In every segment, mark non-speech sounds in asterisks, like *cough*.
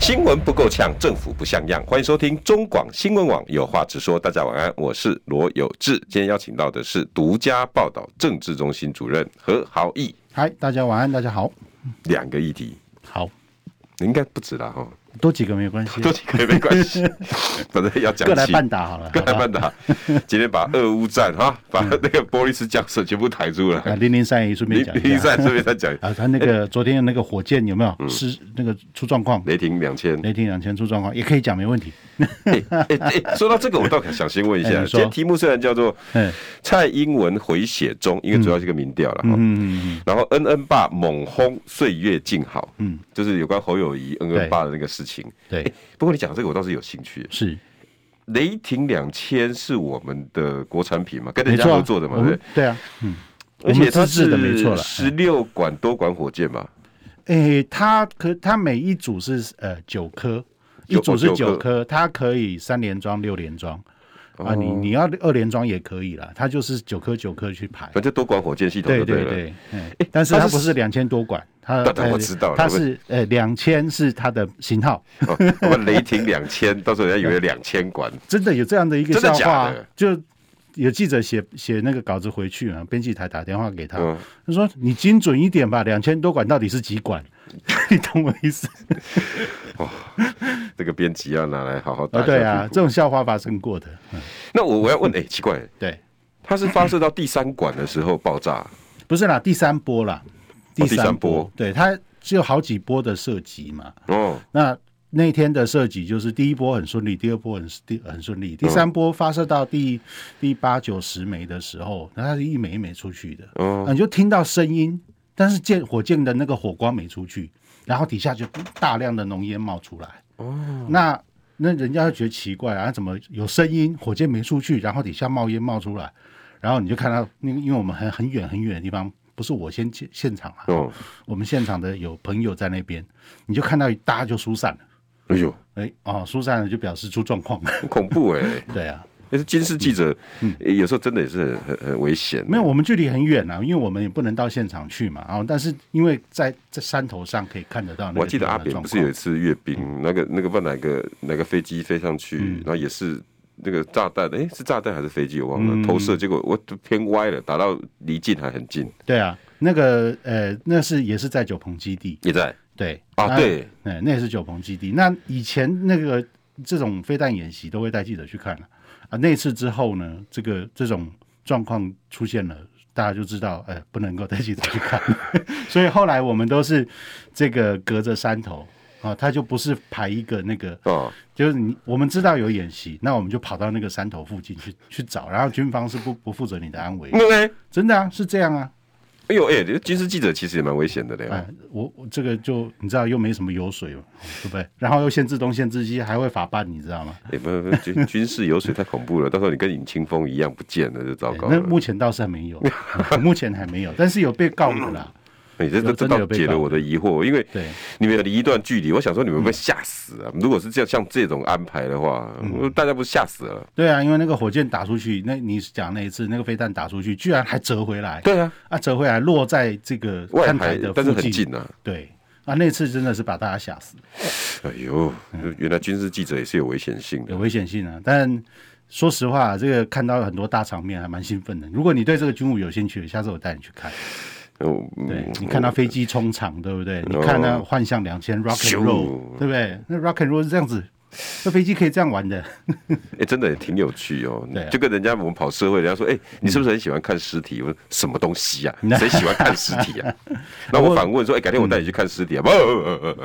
新闻不够呛，政府不像样。欢迎收听中广新闻网，有话直说。大家晚安，我是罗有志。今天邀请到的是独家报道政治中心主任何豪毅。嗨，大家晚安，大家好，两个议题，好，应该不止啦哦哈，多几个没有关系，多几个也没关 *laughs* 系，反正要讲各来起。半打好了，各来好半打，今天把俄乌战哈，把那个波利斯江瑟全部抬出不好啊，来。零零三也顺林便讲林一下战顺便再讲，啊，他那嗯个昨天那个火箭有没有是那个出状况？雷霆两千。雷霆两千出状况也可以讲，没问题。哎哎哎，说到这个，我倒想先问一哎下，你今说天题目虽然叫做嗯“蔡英文回血中”，因为主要是一个民调了哈。嗯嗯然后恩恩爸猛轰岁月静好，嗯，就是有关侯友谊恩恩爸的那个事情。*laughs* 对诶不过你讲这个我倒是有兴趣。是雷霆两千是我们的国产品嘛，跟没人家错啊，合作的嘛，我对们不对啊，嗯，对？我而且们它自制是的没错了。十六管多管火箭嘛，诶，它可它每一组是呃九颗，一九组是哦九颗九颗，它可以三连装、六连装啊，哦你你要二连装也可以啦，它就是九颗九颗去排。反正多管火箭系统对就对了。对，嗯但是它不是两千多管，它当然呃我知道了它是呃两千是它的型号，哦我们雷霆两千，到时候人家以为两千管，真的有这样的一个真的笑假话的，就有记者写写那个稿子回去嘛，编辑台打电话给他嗯，他说你精准一点吧，两千多管到底是几管？ *laughs* 你懂我意思？哦这个编辑要拿来好好打 *laughs* 啊，一下对啊，屁股这种笑话发生过的，嗯那我我要问，哎，奇怪，对，它是发射到第三管的时候爆炸，不是啦，第三波啦，哦第三波对，它只有好几波的射击嘛，哦，那那天的设计就是第一波很顺利，第二波很第很顺利，第三波发射到第第八九十枚的时候，那它是一枚一枚出去的，哦啊你就听到声音，但是箭火箭的那个火光没出去，然后底下就大量的浓烟冒出来，哦，那那人家就觉得奇怪啊，怎么有声音，火箭没出去，然后底下冒烟冒出来，然后你就看到那个，因为我们很很远很远的地方，不是我先现现场啊，哦，我们现场的有朋友在那边，你就看到一大家就疏散了。哎呦，哎，哦，疏散了就表示出状况了。 *laughs* 很恐怖哎、对啊，但是军事记者、嗯欸有时候真的也是很很很危险。没有，我们距离很远啊，因为我们也不能到现场去嘛。啊、但是因为在在山头上可以看得到我那个还记地得阿方的扁状况。不是有一次阅兵，那个那个不知道哪个哪个飞机飞上去，嗯然后也是那个炸弹，哎、是炸弹还是飞机我忘嗯了、投射，结果我偏歪了，打到离近还很近，对啊，那个呃，那是也是在九鹏基地。也在对啊，那对，哎，那也是九鹏基地。那以前那个这种飞弹演习都会带记者去看了啊那次之后呢，这个这种状况出现了，大家就知道，哎，不能够带记者去看。 *laughs* 所以后来我们都是这个隔着山头啊，他就不是排一个那个，哦，就是你我们知道有演习，那我们就跑到那个山头附近去去找，然后军方是不不负责你的安危，那嘞，真的啊，是这样啊。哎呦，哎、这军事记者其实也蛮危险的嘞、哎，我我这个就你知道又没什么油水嘛，对不对？然后又限制东限制西，还会法办，你知道吗？哎、不不不，军军事游水太恐怖了，到时候你跟尹清风一样不见了，就糟糕哎那了。目前倒是还 *laughs* 没有，嗯目前还没有，但是有被告的啦。哎、这这这有真的倒有被解了告我的疑惑，因为对，嗯你们有离一段距离，我想说你们会不会吓死啊！如果是这样像这种安排的话，嗯大家不是吓死了？对啊，因为那个火箭打出去，那你讲那一次那个飞弹打出去，居然还折回来，对啊，啊，折回来落在这个外看排台的但是附很近，近啊。对。啊，那次真的是把大家吓死，哎呦，嗯原来军事记者也是有危险性的有。危险性啊。但说实话，这个看到很多大场面还蛮兴奋的。如果你对这个军武有兴趣，下次我带你去看。哦，嗯对，你看到飞机冲场，对不对？你看那幻象两千 Rock and 哦咻 Roll，对不对？那 Rock and Roll 是这样子，那飞机可以这样玩的。 *laughs* 哎，真的也挺有趣哦对。啊就跟人家我们跑社会，人家说，哎，你是不是很喜欢看尸体？我说什么东西 *laughs* 呀？谁喜欢看尸体啊？那我反问说，哎，改天我带你去看尸体啊？嗯不，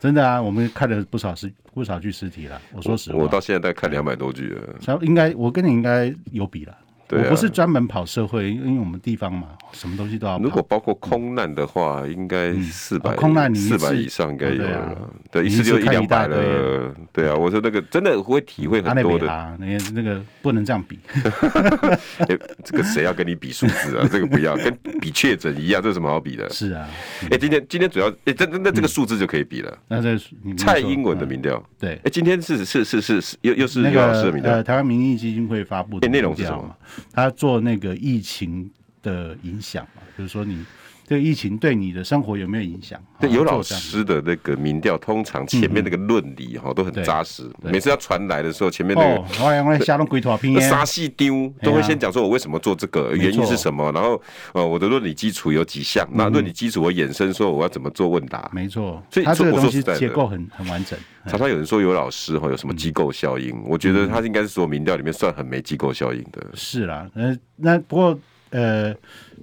真的啊，我们看了不少尸不少具尸体了。我说实话，我到现在大概看两百多句了。像应该我跟你应该有比了。我对啊不是专门跑社会，因为我们地方嘛，什么东西都要跑。如果包括空难的话，应该四百、哦空难你一四次百以上应该有对了啊啦，对，你一一次就次看两一大百堆了。对啊，我说那个真的会体会阿很内多北的。哈，那那个不能这样比。 *laughs* 诶哎这个谁要跟你比数字 *laughs* 啊？这个不要，跟比确诊一样，这有什么好比的？是嗯啊，哎，今天今天主要哎，真真的这个数字就可以比了。那这是你蔡英文的名民调，对哎，今天是是是是是又又是嗯那刘老师的民个调呃，，台湾民意基金会发布的哎内容是民调什么嘛？他做那个疫情的影响嘛，就是说你这个疫情对你的生活有没有影响？那好有老，做这样师的那个民调，通常前面那个论理哈都很对扎实，嗯对每次要传来的时候，前面那个哦，我来我来下弄鬼头片那啊杀细丢都会先讲说我为什么做这个，没错原因是什么，然后呃我的论理基础有几项，嗯那论理基础我衍生说我要怎么做问答。没错，所以它这说个我说东西实在的结构很很完整。常常有人说有老师哈有什么机构效应，我觉得他应该是所有民调里面算很没机构效应的。是啦，呃，那不过呃，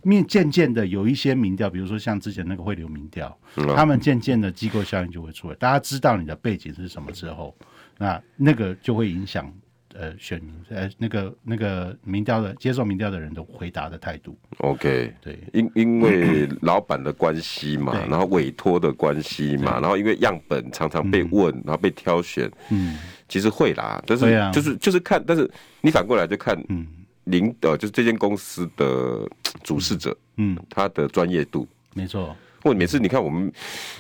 面渐渐的有一些民调，比如说像之前那个汇流民调，嗯啊他们渐渐的机构效应就会出来，大家知道你的背景是什么之后，那那个就会影响呃选民呃那个那个民调的接受民调的人的回答的态度， OK，对，因因为老板的关系嘛，对然后委托的关系嘛，然后因为样本常常被问，然后被挑选，嗯其实会啦，但会是啊就是就是看，但是你反过来就看嗯领呃就是这间公司的主事者嗯，他的专业度。没错，或每次你看我们，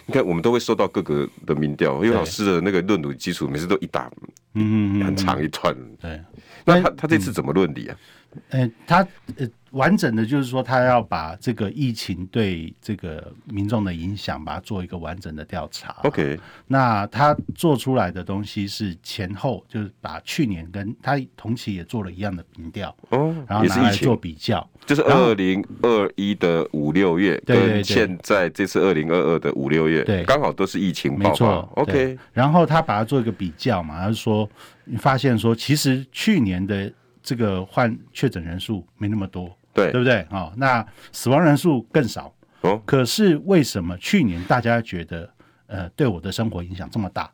你看我们都会收到各个的民调，因为老师的那个论理基础每次都一打嗯嗯嗯，很长一串。对。那他他这嗯次怎么论理啊？呃，他呃完整的就是说，他要把这个疫情对这个民众的影响，把它做一个完整的调查。 OK 那他做出来的东西是前后，就是把去年跟他同期也做了一样的民调，哦然，后也拿是疫来做情，比较。就是二零二一的五六月对对跟对现在这次二零二二的五六月，对刚好都是疫情没爆发错。 OK，对然后他把它做一个比较嘛，他就说你发现说，其实去年的这个患确诊人数没那么多，对对不对？哦，那死亡人数更少。哦，可是为什么去年大家觉得呃对我的生活影响这么大，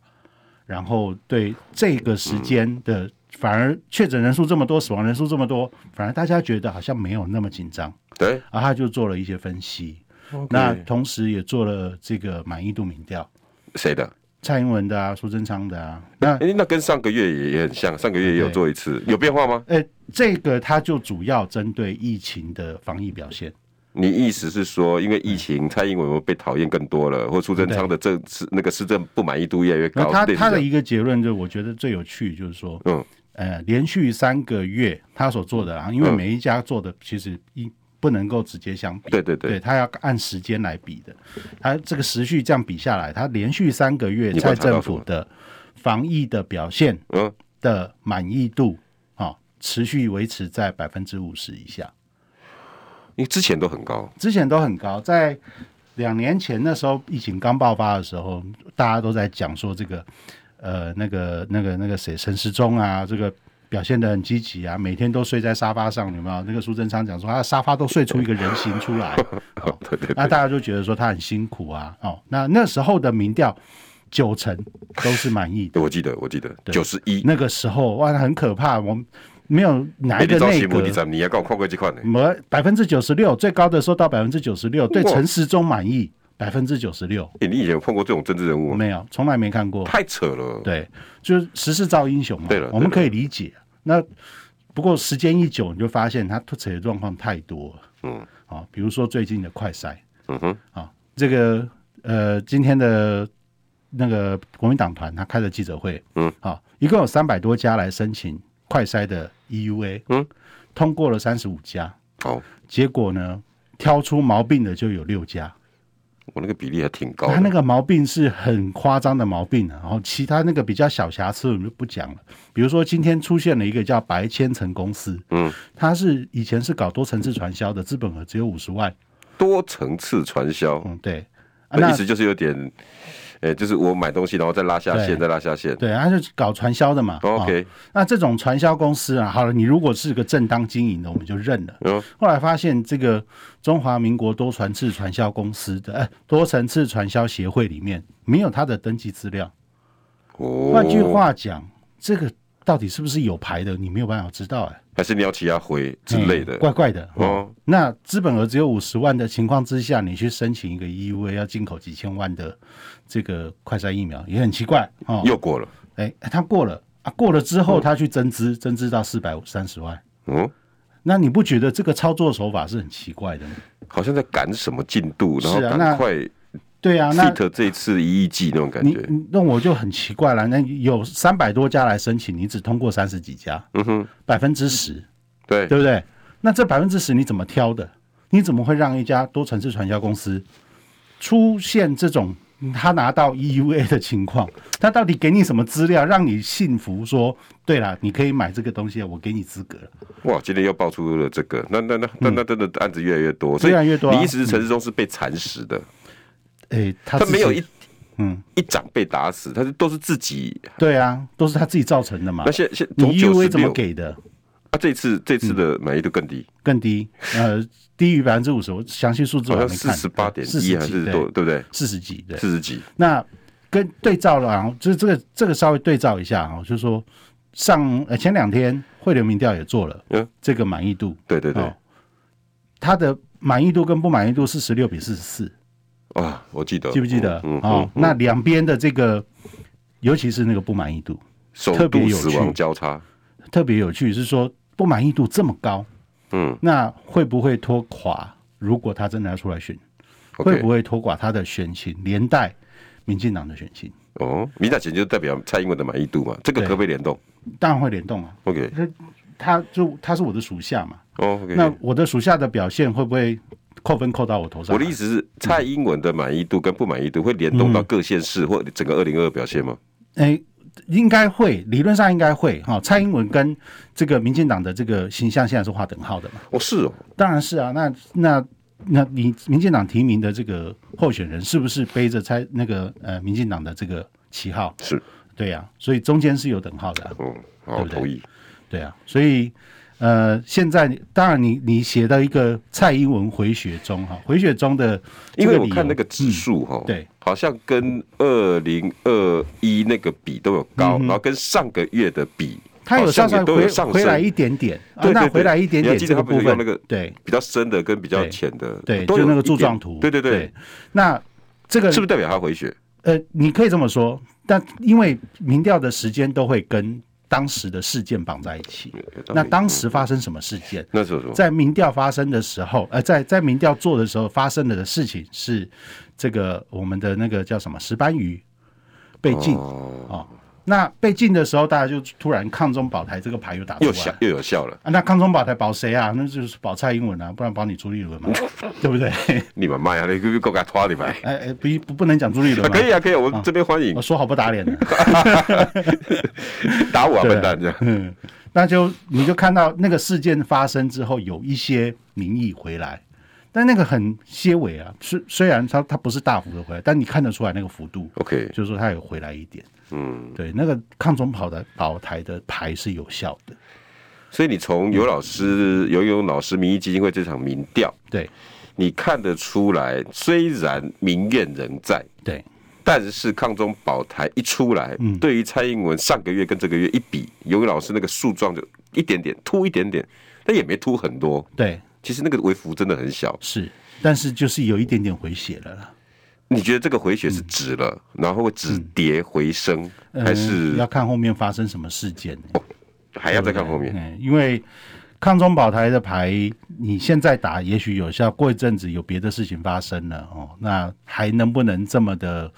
然后对这个时间的、反而确诊人数这么多，死亡人数这么多，反而大家觉得好像没有那么紧张，对，然后他就做了一些分析。 OK 那同时也做了这个满意度民调，谁的？蔡英文的啊，苏贞昌的啊，那哎，那跟上个月也也很像，上个月也有对做一次，有变化吗？呃这个他就主要针对疫情的防疫表现。你意思是说，因为疫情，蔡英文有没有被讨厌更多了，或苏贞昌的政是那个施政不满意度越来越高然后？他类似他这的样一个结论，就我觉得最有趣，就是说，嗯，呃，连续三个月他所做的啊，因为每一家做的其实一不能够直接相比，对对对，他要按时间来比的。他这个时序这样比下来，他连续三个月你蔡观察到政什么府的防疫的表现嗯，的满意度啊、持续维持在百分之五十以下，因为之前都很高， *laughs* 之前都很高，在。两年前那时候疫情刚爆发的时候，大家都在讲说这个，呃，那个那个那个谁，陈时中啊，这个表现得很积极啊，每天都睡在沙发上，有没有？那个苏贞昌讲说，他的啊沙发都睡出一个人形出来，哦、对对那大家就觉得说他很辛苦啊，哦，那那时候的民调九成都是满意的，对，我记得我记得九十一，那个时候哇，很可怕，我们没有哪哎一个嗯你造内型目阁你。怎你要跟我跨过去看呢？我百分之九十六，最高的时候到百分之九十六，对哇陈时中满意百分之九十六，哎你以前有碰过这种政治人物吗？没有，从来没看过。太扯了，对，就是时势造英雄嘛。对了我们可以理解。那不过时间一久，你就发现他凸起的状况太多了。嗯，啊、比如说最近的快筛嗯哼，啊、这个呃，今天的那个国民党团他开了记者会，嗯，啊、一共有三百多家来申请快筛的 EUA，嗯，通过了三十五家，好，结果呢，挑出毛病的就有六家，我那个比例还挺高他那的，个毛病是很夸张的毛病、啊，然后其他那个比较小瑕疵我们就不讲了。比如说今天出现了一个叫白千层公司，嗯，它是以前是搞多层次传销的，资本额只有五十万，多层次传销，嗯，对，啊、那那意思就是有点，哎，就是我买东西然后再拉下线，对再拉下线对，他是搞传销的嘛。哦哦，OK，那这种传销公司啊，好了，你如果是个正当经营的，我们就认了。嗯，后来发现，这个中华民国多层次传销公司的、呃、多层次传销协会里面没有他的登记资料。哦换句话讲，这个到底是不是有牌的，你没有办法知道哎、还是你要其他回之类的嗯？怪怪的。哦，那资本额只有五十万的情况之下，你去申请一个 EUA 要进口几千万的这个快筛疫苗，也很奇怪哦。又过了，哎，他过了啊，过了之后他去增资，增资到四百三十万。嗯，那你不觉得这个操作手法是很奇怪的吗？好像在赶什么进度，然后是啊赶那快对啊，那 fit 这一次一亿剂那种感你觉。你那我就很奇怪了。那有三百多家来申请，你只通过三十几家，嗯哼，百分之十，对，对不对？那这百分之十你怎么挑的？你怎么会让一家多层次传销公司出现这种嗯他拿到 EUA 的情况？他到底给你什么资料让你信服说？对啦，你可以买这个东西，我给你资格了。哇，今天又爆出了这个，那那那那那真的案子越来越多，所以越来嗯越多啊你一直陈世忠是被蚕食的，诶，哎他他自己没有一嗯，一掌被打死，他是都是自己。对啊，都是他自己造成的嘛那。现现你从九十 EUA 怎么六，给嗯的？啊，这次这次的满意度更低，更低，呃，低于百分之五十，我详细数字好我还像啊没四看，十八点四一十还几是多，对不对？四十几对。四十几，那跟对照了，然后就是这个这个稍微对照一下啊、就是说上呃前两天汇流民调也做了，嗯这个满意度，对对对哦，他的满意度跟不满意度是十六比四十四，啊，我记得，记不记得？嗯，哦嗯，那两边的这个，尤其是那个不满意度，首特别度有死亡趣交叉，特别有趣，是说不满意度这么高，嗯那会不会拖垮？如果他真的要出来选，会，OK，不会拖垮他的选情，连带民进党的选情？哦，民党前就代表蔡英文的满意度嘛，这个可对不可以联动当然会联动啊， ？OK，他就他是我的属下嘛，哦，OK，那我的属下的表现会不会扣分扣到我头上？我的意，思是，蔡英文的满意度跟不满意度会联嗯动到各县市或整个二零二二表现吗？哎、应该会，理论上应该会哈、蔡英文跟这个民进党的这个形象现在是划等号的嘛？哦，是哦，当然是啊，那那那你民进党提名的这个候选人是不是背着蔡那个呃民进党的这个旗号？是，对呀、所以中间是有等号的啊、嗯，对好，不对同意。对啊，所以呃，现在你当然你你写到一个蔡英文回血中哈，回血中的这因为个我理由嗯看那个指数哈、对，好像跟二零二一那个比都有高，然后跟上个月的比，他嗯有好稍像也稍都有回上回来升，一点点，啊对对那对回来一点你还点记这得他个们部有分，用那个对比较深的跟比较浅的，对，都就有那个一柱点状图，对对对，那这个是不是代表他回血？呃，你可以这么说，但因为民调的时间都会跟当时的事件绑在一起，有道理那当嗯时发生什么事件？哎那时候什么？在民调发生的时候，呃，在在民调做的时候发生了的事情是这个我们的那个叫什么石斑鱼被禁哦哦，那被禁的时候，大家就突然抗中保台这个牌又打出又来笑。又有笑了，啊、那抗中保台保谁啊？那就是保蔡英文啊，不然保你朱立伦嘛， *laughs* *laughs* 对不对？你们妈呀，你给我给我拖你们！哎哎，不不不能讲朱立啊，伦嘛可，以啊，可以啊，我们这边欢迎我、说好不打脸的。啊打我啊，对啊笨蛋这样。嗯，那就你就看到那个事件发生之后，有一些民意回来，但那个很些微啊，虽虽然它它不是大幅的回来，但你看得出来那个幅度， OK，就是说它有回来一点。嗯，对，那个抗中跑的保台的牌是有效的。所以你从尤老师、尤勇老师民意基金会这场民调，对你看得出来，虽然民怨仍在，对，但是抗中保台一出来，嗯对于蔡英文上个月跟这个月一比，尤勇老师那个树状就一点点凸一点点，但也没凸很多。对其实那个微幅真的很小，是，但是就是有一点点回血了啦。你觉得这个回血是止了，然后会止跌回升，嗯还是要看后面发生什么事件、呢？还要再看后面？嗯，因为抗中保台的牌，你现在打也许有效，过一阵子有别的事情发生了哦，那还能不能这么的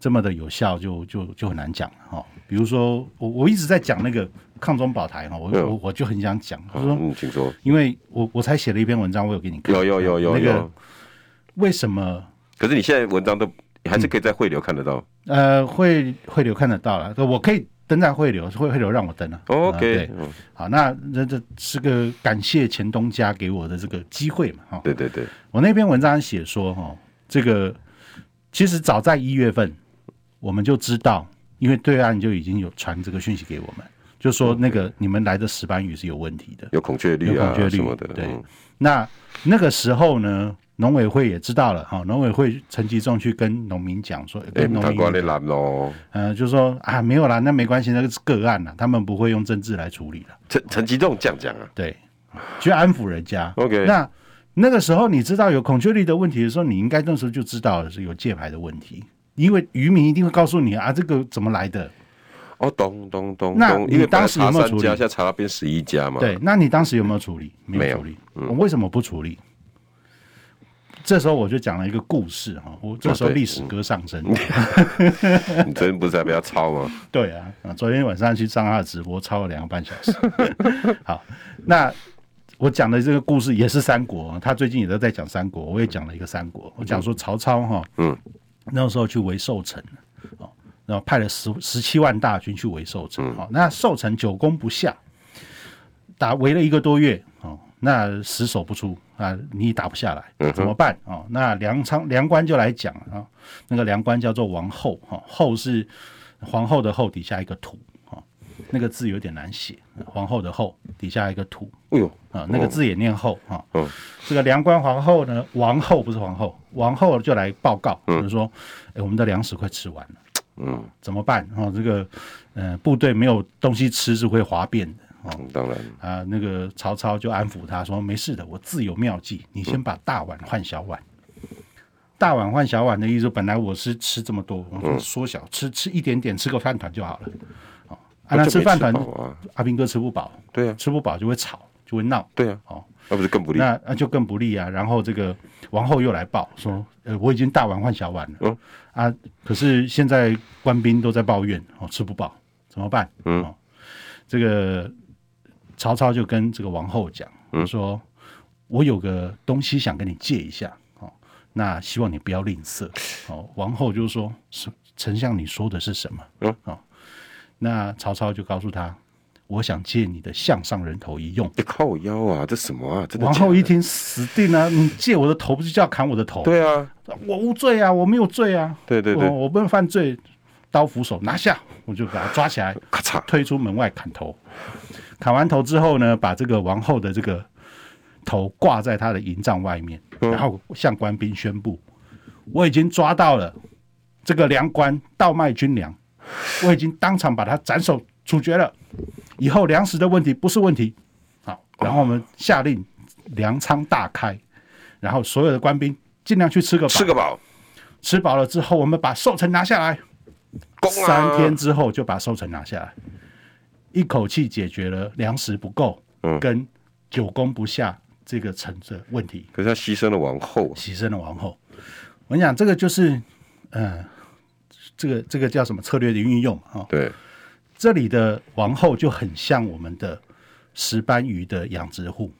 这么的有效就，就就很难讲了哦。比如说，我我一直在讲那个抗中保台哈、哦，我嗯我我就很想讲，就是说，嗯，请说。因为我我才写了一篇文章，我有给你看，有有有有那有。个为什么可是你现在文章都还是可以在汇流看得到。呃会汇流看得到了，我可以登在汇流，汇汇流让我登了、哦啊 OK，对，嗯好，那那这是个感谢前东家给我的这个机会嘛，哈、对对对，我那篇文章写说，哈，这个其实早在一月份我们就知道，因为对岸就已经有传这个讯息给我们，就说那个你们来的石斑鱼是有问题的。嗯有孔雀绿有啊孔雀绿什么的，对嗯那那个时候呢，农委会也知道了哈，农委会陈吉仲去跟农民讲说，哎，跟唔农通民讲你难咯。呃，就说啊，没有啦，那没关系，那个是个案啦，他们不会用政治来处理了，陈陈吉仲这样讲啊，对，去安抚人家。 OK 那那个时候你知道有孔雀力的问题的时候，你应该那时候就知道是有界牌的问题，因为渔民一定会告诉你啊，这个怎么来的？哦，咚咚咚那咚，你因为本来当时有查没有三处理家，现在查到变十一家嘛。对，，那你当时有没有处理？没没有嗯有处理，我为什么不处理？这时候我就讲了一个故事哈，我这时候啊对历史歌上 *laughs* 身，你昨天不是还被他抄吗？ *laughs* 对啊，啊，昨天晚上去上他的直播，超了两个半小时。 *laughs* 好，那我讲的这个故事也是三国，他最近也都在讲三国，我也讲了一个三国，我讲说曹操哈，嗯，那时候去围寿城，哦，然后派了十十七万大军去围寿城，哦，那寿城久攻不下，打围了一个多月，哦，那死守不出啊，你也打不下来，怎么办？哦，那梁昌梁官就来讲啊、那个梁官叫做王后，哈、哦，后是皇后的后底下一个土，哦，那个字有点难写，皇后的后底下一个土，哎呦，啊、那个字也念后啊。嗯这个梁官皇后呢，王后不是皇后，王后就来报告，就是说，哎、我们的粮食快吃完了，嗯，怎么办？哦，这个，呃，部队没有东西吃是会哗变的。哦嗯当然，啊、那个曹操就安抚他说：“没事的，我自有妙计。你先把大碗换小碗，大碗换小碗的意思，本来我是吃这么多，我就缩小吃吃一点点，吃个饭团就好了。哦，啊，那那就吃没饭团吃，饱啊，阿兵哥吃不饱，对啊，吃不饱就会吵，就会闹。对啊，哦，那不是更不利？那那就更不利啊。然后这个王后又来报说，呃，我已经大碗换小碗了，嗯啊，可是现在官兵都在抱怨哦，吃不饱，怎么办？嗯哦这个曹操就跟这个王后讲，嗯说我有个东西想跟你借一下，哦，那希望你不要吝啬。哦，王后就说，是丞相你说的是什么？嗯哦，那曹操就告诉他，我想借你的项上人头一用。你靠腰啊，这什么啊？真的王假后的一听死定了、你借我的头不是就要砍我的头？对啊，我无罪啊，我没有罪啊，对对对我我不能犯罪。刀斧手拿下，我就把他抓起来，咔嚓，推出门外砍头。砍完头之后呢，把这个王后的这个头挂在他的营帐外面，嗯然后向官兵宣布：我已经抓到了这个粮官倒卖军粮，我已经当场把他斩首处决了。以后粮食的问题不是问题。好，然后我们下令粮仓大开，然后所有的官兵尽量去吃个饱，吃个饱，吃饱了之后，我们把寿城拿下来。攻啊！三天，之后就把寿城拿下来，一口气解决了粮食不够，嗯跟久攻不下这个城的问题，可是他牺牲了王后，啊牺牲了王后。我跟你讲，这个就是，呃，这个这个叫什么策略的运用啊、哦？对，这里的王后就很像我们的石斑鱼的养殖户，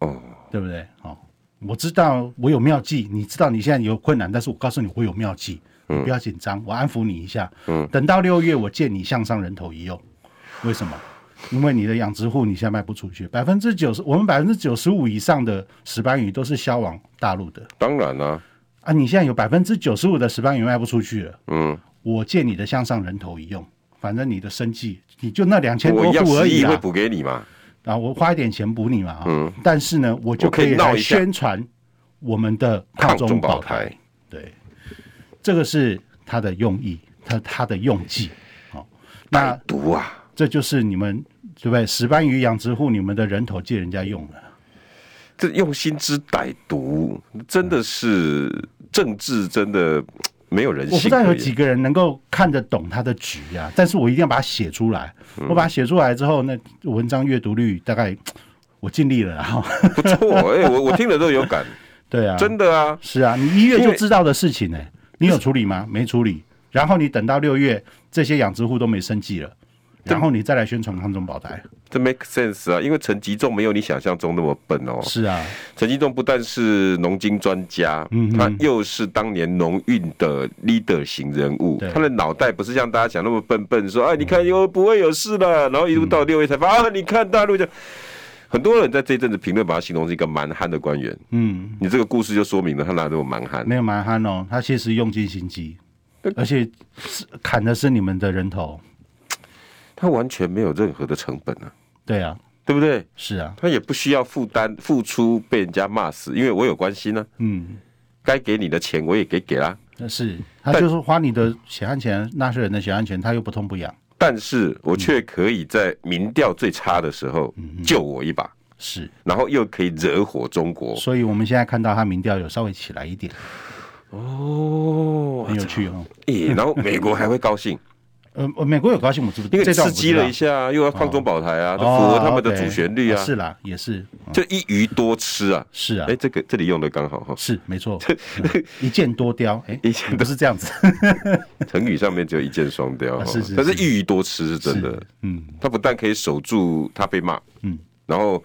哦，对不对？哦，我知道我有妙计，你知道你现在有困难，但是我告诉你我有妙计，你嗯不要紧张，我安抚你一下。嗯，等到六月我借你向上人头一用，为什么？因为你的养殖户你现在卖不出去，百分之九十，我们百分之九十五以上的石斑鱼都是销往大陆的当然啦，啊，你现在有百分之九十五的石斑鱼卖不出去了，嗯，我借你的向上人头一用，反正你的生计你就那两千我多一样户而十已亿会啦，补给你嘛，啊，我花一点钱补你嘛啊，但是呢，我嗯就我可可以以闹来一下宣传我们的抗抗中中保保台台，，对，这个是它的用意，它它的用计，好、那歹毒啊，这就是你们对不对？石斑鱼养殖户，你们的人头借人家用了，这用心之歹毒，真的是政治真的没有人我不知性道可有言几。个人能够看得懂他的局啊，但是我一定要把它写出来。嗯我把它写出来之后，那文章阅读率大概我尽力了啊， *laughs* 哈哈 *laughs* 不错，哎、我我听了都有感，对 *laughs* 啊，真的啊，是啊，你一月因就为知道的事情呢、欸你有处理吗？没处理，然后你等到六月，这些养殖户都没生计了。然后你再来宣传抗中保台，这 make sense 啊，因为陈吉仲没有你想象中那么笨哦。是啊，陈吉仲不但是农经专家，嗯他又是当年农运的 leader 型人物对，嗯他的脑袋不是像大家讲那么笨笨，说哎，你看又不会有事了，然后一路到六月才发、啊，你看大陆就。很多人在这一阵子评论，把他形容是一个蛮汉的官员。嗯，你这个故事就说明了他哪有蛮汉。没有蛮憨哦，他其实用尽心机，而且是砍的是你们的人头，他完全没有任何的成本啊，对啊，对不对？是啊，他也不需要负担付出被人家骂死，因为我有关系呢、嗯，该给你的钱我也给给啦。那是他就是花你的血汗钱，纳税人的血汗钱，他又不痛不痒。但是我却可以在民调最差的时候嗯救我一把，是，然后又可以惹火中国。所以我们现在看到他民调有稍微起来一点，哦很有趣哦。咦，然后美国还会高兴，呃，呃美国有高兴，我知不因为 *laughs* 这刺段我不激知道了一下，又要抗中保台啊，哦这符合他们的 OK 主旋律啊哦，是啦，也是，嗯就一鱼多吃啊。是啊哎，，这个这里用的刚好哈，是没错，嗯一箭多雕，哎， *laughs* 一箭也不是这样子，成语上面只有一箭双雕哈啊是是，但是是一鱼多吃是真的 *laughs* 是，，嗯，他不但可以守住他被骂，嗯，然后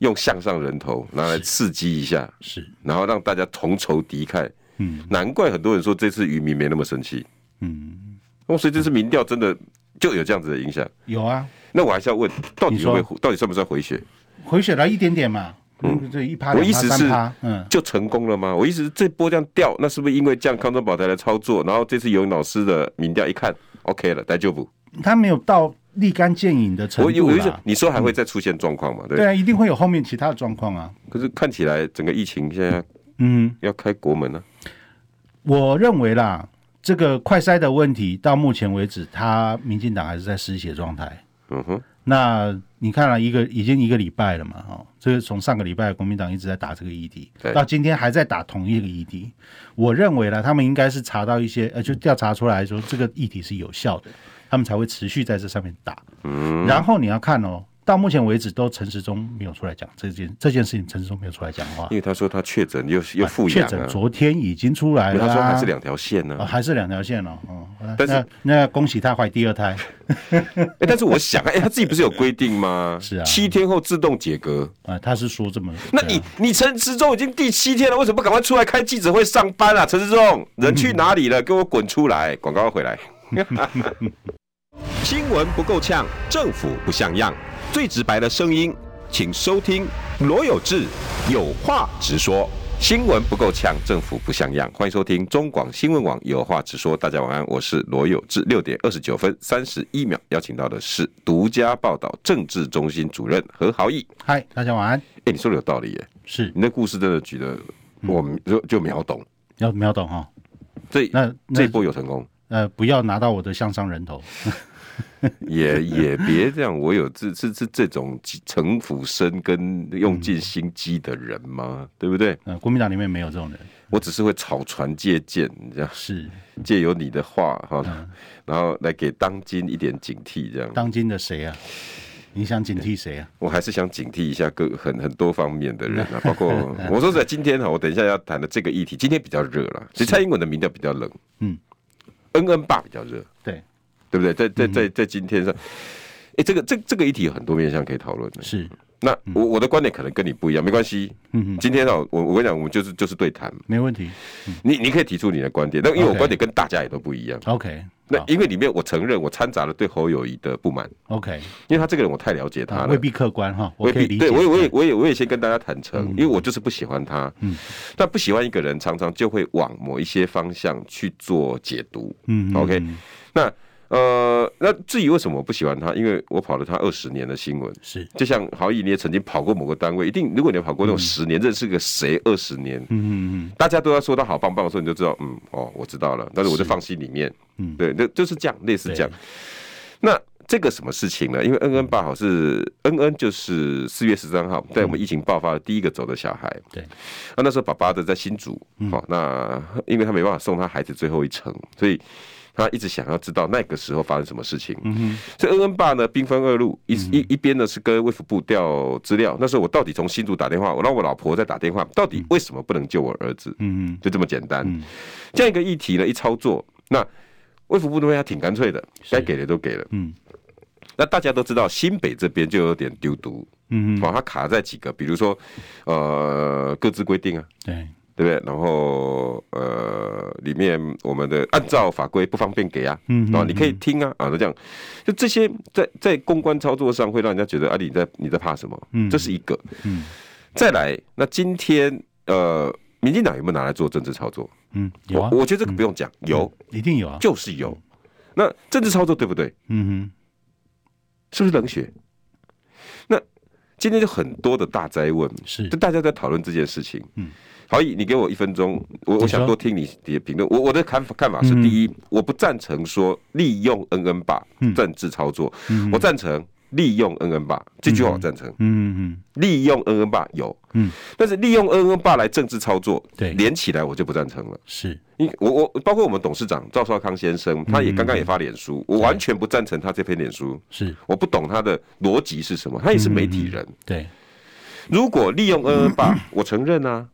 用向上人头拿来刺激一下，是，然后让大家同仇敌忾。嗯难怪很多人说这次渔民没那么生气，嗯，哦，所以这次民调真的就有这样子的影响。有啊，那我还是要问，到底你会说不会到底算不算回血？回血来一点点嘛，嗯，这一趴、我两意趴、思三是趴，嗯，就成功了吗？我意思是这波这样掉，那是不是因为这样康庄宝台的操作？然后这次游泳老师的民调一看，OK 了，来就补。他没有到立竿见影的程我有度我就啦。嗯你说还会再出现状况嘛？对不对对。啊，一定会有后面其他的状况啊。可是看起来整个疫情现在嗯，要开国门啊了、我认为啦，这个快筛的问题到目前为止，他民进党还是在失血状态。嗯哼，那你看了、一个已经一个礼拜了嘛，哦，这是从上个礼拜国民党一直在打这个议题对，到今天还在打同一个议题。我认为呢，他们应该是查到一些，呃，就调查出来说这个议题是有效的，他们才会持续在这上面打。嗯，然后你要看哦，到目前为止都陈时中没有出来讲这件这件事情，陈时中没有出来讲话因。为他说他确诊又又复啊确阳诊啊，昨天已经出来因为了、他啊，说还是两条线啊呢、哦，还是两条线哦。哦，但是那那恭喜他怀第二胎，哎、但是我想，哎、他自己不是有规定吗？ *laughs* 是啊七天后自动解隔。啊、他是说这么。那对你啊你陈时中已经第七天了，为什么不赶快出来开记者会上班啊？陈时中人去哪里了？给我滚出来！广告 *laughs* 回来。新闻不够呛，政府不像样，最直白的声音，请收听罗有志有话直说。新闻不够呛，政府不像样。欢迎收听中广新闻网，有话直说。大家晚安，我是罗有志。六点二十九分三十一秒，邀请到的是独家报道政治中心主任何豪毅。嗨，大家晚安。哎、你说的有道理耶，是你的故事真的举得我们就就秒懂。要秒懂哈，这嗯那这一那波有成功，呃，不要拿到我的向上人头。也也别这样。我有这这这这种城府深跟用尽心机的人吗？对不对？呃，国民党里面没有这种人，我只是会草船借箭，这样是借由你的话哈，然后来给当今一点警惕，这样。嗯当今的谁啊？你想警惕谁啊？我还是想警惕一下各很很多方面的人嗯啊，包 *laughs* 括我说实在，今天哈，我等一下要谈的这个议题，今天比较热了，其实蔡英文的民调比较冷，嗯，恩恩爸比较热，对，对不对？在在嗯在在今天上，哎、这个这这个议题有很多面向可以讨论的。是那我我的观点可能跟你不一样，没关系。嗯今天啊，我我跟你讲，我们就是就是对谈，没问题。你你可以提出你的观点，但因为我 OK 观点跟大家也都不一样。 OK，那好因为里面我承认我掺杂了对侯友谊的不满， OK，因为他这个人我太了解他啊了，未必客观哈，我未可以必理解。嗯对我也我也我也我也先跟大家坦诚，因为我就是不喜欢他。嗯，但不喜欢一个人，常常就会往某一些方向去做解读。嗯嗯 OK，嗯那呃，那至于为什么我不喜欢他，因为我跑了他二十年的新闻。是就像郝毅，你也曾经跑过某个单位，一定如果你跑过那种十年，认识个谁二十年，嗯嗯嗯大家都要说他好棒棒的时候，你就知道，嗯，哦，我知道了，但是我就放心里面，嗯对，那就是这样，类似这样。那这个什么事情呢？因为恩恩爸好是恩恩，就是四月十三号，在我们疫情爆发的第一个走的小孩。对，那那时候爸爸的在新竹，嗯哦，那因为他没办法送他孩子最后一程，所以他一直想要知道那个时候发生什么事情。嗯所以恩恩爸呢，兵分二路，嗯一一一边呢是跟卫福部调资料，那时候我到底从新竹打电话，我让我老婆在打电话，到底为什么不能救我儿子？嗯嗯就这么简单。嗯这样一个议题呢，一操作，那卫福部那边还挺干脆的，该给的都给了。嗯那大家都知道，新北这边就有点丢毒，嗯嗯，把它卡在几个，比如说呃各自规定啊，对，对不对？然后呃里面我们的按照法规不方便给啊，嗯嗯啊你可以听啊啊那这样，就这些在在公关操作上会让人家觉得啊你在你在怕什么？嗯这是一个。嗯再来，那今天呃。民进党有没有拿来做政治操作？嗯有啊我，我觉得这个不用讲，有一定有啊。就是有。那政治操作对不对？嗯是不是冷血？那今天就很多的大灾问，是就大家在讨论这件事情。嗯，好，你给我一分钟，我我想说嗯多听你你的评论。我我的看法看法是，第一，我不赞成说利用恩恩爸嗯政治操作，我赞成利用恩恩爸这句话，我赞成。嗯嗯利用恩恩爸有，嗯，但是利用恩恩爸来政治操作，对连起来我就不赞成了。是因我我包括我们董事长赵少康先生，嗯他也刚刚也发脸书，我完全不赞成他这篇脸书，是，我不懂他的逻辑是什么，他也是嗯媒体人。对，如果利用恩恩爸，我承认啊，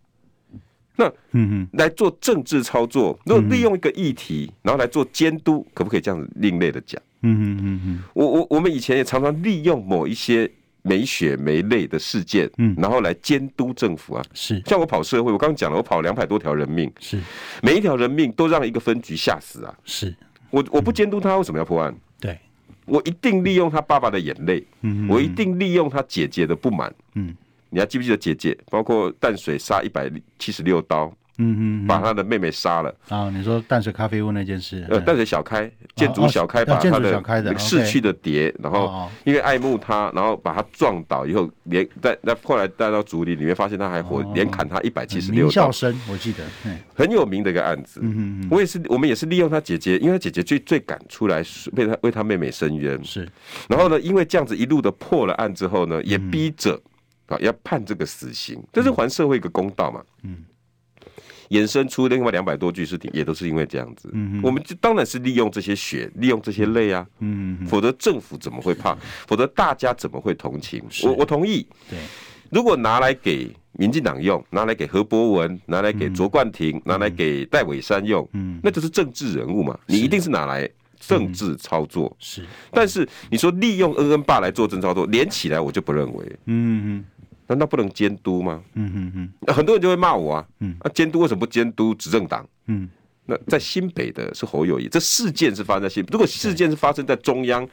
嗯嗯来做政治操作，如果利用一个议题，然后来做监督，可不可以这样子另类的讲？嗯嗯嗯我我我们以前也常常利用某一些没血没泪的事件，嗯然后来监督政府啊。是像我跑社会，我刚刚讲了，我跑两百多条人命，是每一条人命都让一个分局吓死啊！是，我我不监督他，为什么要破案？对，我一定利用他爸爸的眼泪，嗯我一定利用他姐姐的不满。嗯，你还记不记得姐姐？包括淡水杀一百七十六刀，嗯嗯把他的妹妹杀了。啊，你说淡水咖啡屋那嗯件事，呃，淡水小开，建筑小开哦把建他筑小的开的那个 OK 逝去的蝶，然后哦因为爱慕他，然后把他撞倒以后，连带那后来带到竹林里面，发现他还活哦，连砍他一百七十名六校刀，生，我记得，嗯很有名的一个案子。嗯嗯我也是，我们也是利用他姐姐，因为他姐姐最最敢出来为他为他妹妹伸冤，嗯是，然后呢，因为这样子一路的破了案之后嗯呢，也逼着啊要判这个死刑，这是还社会一个公道嘛。嗯，衍生出另外两百多具尸体，也都是因为这样子。嗯我们就当然是利用这些血，利用这些泪啊，嗯嗯否则政府怎么会怕？否则大家怎么会同情？我我同意，对，如果拿来给民进党用，拿来给何伯文，拿来给卓冠廷，拿来给戴伟山用，嗯那就是政治人物嘛，你一定是拿来政治操作。是，但是你说利用恩恩爸来做政治操作，连起来我就不认为，嗯嗯难道不能监督吗？嗯嗯嗯很多人就会骂我啊，嗯啊，监督为什么不监督执政党？嗯那在新北的是侯友谊，这事件是发生在新，如果事件是发生在中央，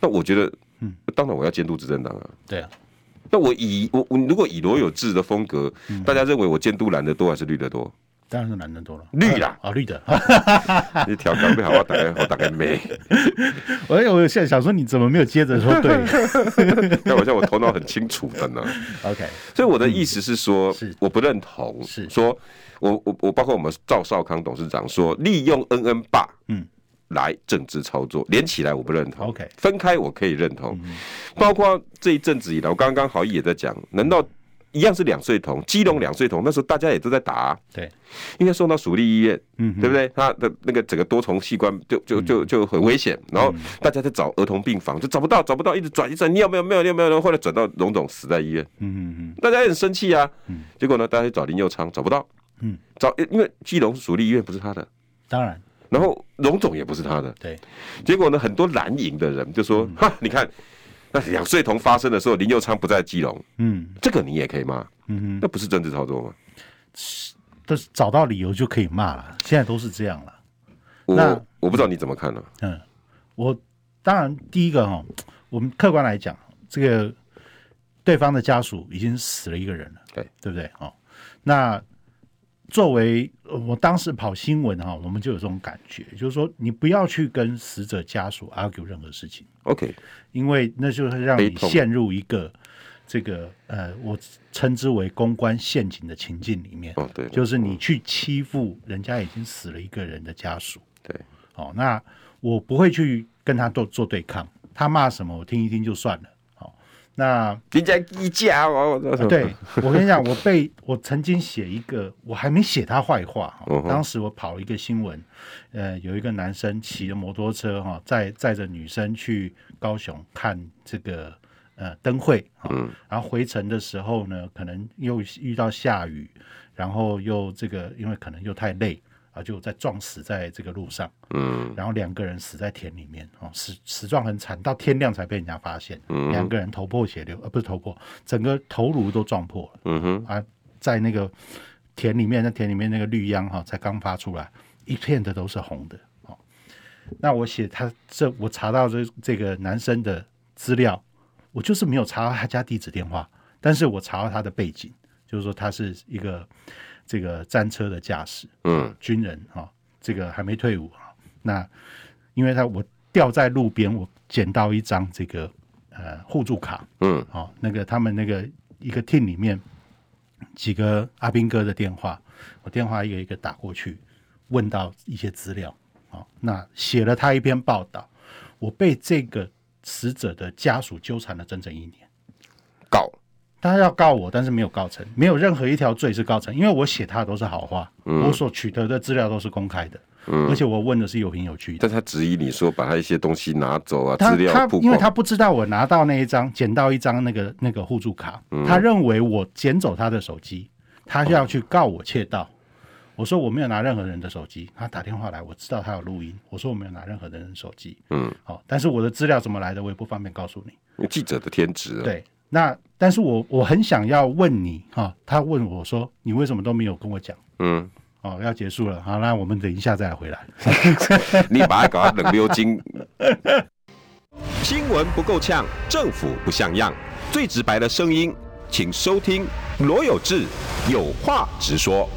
那我觉得，嗯，当然我要监督执政党啊。对啊，那我以我我如果以罗有志的风格，大家认为我监督蓝的多还是绿的多？当然是男人多了，绿 *laughs* 啦，啊绿的，你调岗被好好打开，我打开 *laughs* 没？哎我现在想说你怎么没有接着说对 *laughs* 开玩笑，我头脑很清楚的呢。 ，OK，所以我的意思是说，嗯是我不认同，是说我我我包括我们赵少康董事长说，利用恩恩爸，嗯。来政治操作，连起来我不认同。 OK 分开我可以认同，嗯包括这一阵子以来，我刚刚好意也在讲，难道一样是两岁童？基隆两岁童那时候大家也都在打、啊，对，应该送到属立医院，嗯哼嗯对不对？他的那个整个多重器官就就就就很危险，然后大家在找儿童病房，就找不到，找不到，一直转一直转，你有没有？没有，你有没有？然后后来转到荣总死在医院，嗯嗯大家也很生气啊。结果呢，大家去找林佑昌，找不到，嗯找因为基隆属立医院不是他的，嗯，当然然后荣总也不是他的，对，结果呢，很多蓝营的人就嗯说：“哈，你看。”那两岁童发生的时候，林佑昌不在基隆，嗯这个你也可以骂，嗯哼。那不是政治操作吗？都是找到理由就可以骂了，现在都是这样了。那我我不知道你怎么看呢、啊嗯，我当然第一个哈、我们客观来讲，这个对方的家属已经死了一个人了，对对不对？哦，那作为呃我当时跑新闻哈、我们就有这种感觉，就是说你不要去跟死者家属 argue 任何事情， OK，因为那就会让悲你痛陷入一个这个呃，我称之为公关陷阱的情境里面。哦对，就是你去欺负人家已经死了一个人的家属。对，哦，那我不会去跟他做做对抗，他骂什么我听一听就算了。哦，那 *laughs* 人家一家哦，我对，我跟你讲，我被我曾经写一个，我还没写他坏话哈、嗯哼当时我跑一个新闻，呃，有一个男生骑着摩托车哈、载载着女生去高雄看这个呃灯会、哈嗯然后回程的时候呢，可能又遇到下雨，然后又这个因为可能又太累啊，就再撞死在这个路上，嗯然后两个人死在田里面哦，死死状很惨，到天亮才被人家发现，嗯两个人头破血流，呃，不是头破，整个头颅都撞破了。嗯哼，啊，在那个田里面，那田里面那个绿秧哈、才刚发出来，一片的都是红的。哦，那我写他这，我查到这这个男生的资料，我就是没有查到他家地址电话，但是我查到他的背景，就是说他是一个这个战车的驾驶，嗯军人哈、这个还没退哦伍啊。那因为他我掉在路边，我捡到一张这个呃呃互助卡，嗯，哦，那个他们那个一个 team 里面几个阿兵哥的电话，我电话一个一个打过去，问到一些资料，哦，那写了他一篇报道，我被这个死者的家属纠缠了整整一年。告，他要告我，但是没有告成，没有任何一条罪是告成，因为我写他都是好话，嗯我所取得的资料都是公开的，而且我问的是有凭有据的。但他质疑你说把他一些东西拿走啊，他资料他曝因为他光，不知道我拿到那一张，捡到一张那个那个互助卡，嗯他认为我捡走他的手机，他要去告我窃盗。我说我没有拿任何人的手机，他打电话来，我知道他有录音，我说我没有拿任何人的手机，嗯，好、但是我的资料怎么来的，我也不方便告诉你。记者的天职啊，对，那但是我我很想要问你哈、他问我说你为什么都没有跟我讲？嗯，哦，要结束了，好，那我们等一下再来回来。你把他搞到冷溜 *laughs* 精，新闻不够呛，政府不像样，最直白的声音，请收听罗有志有话直说。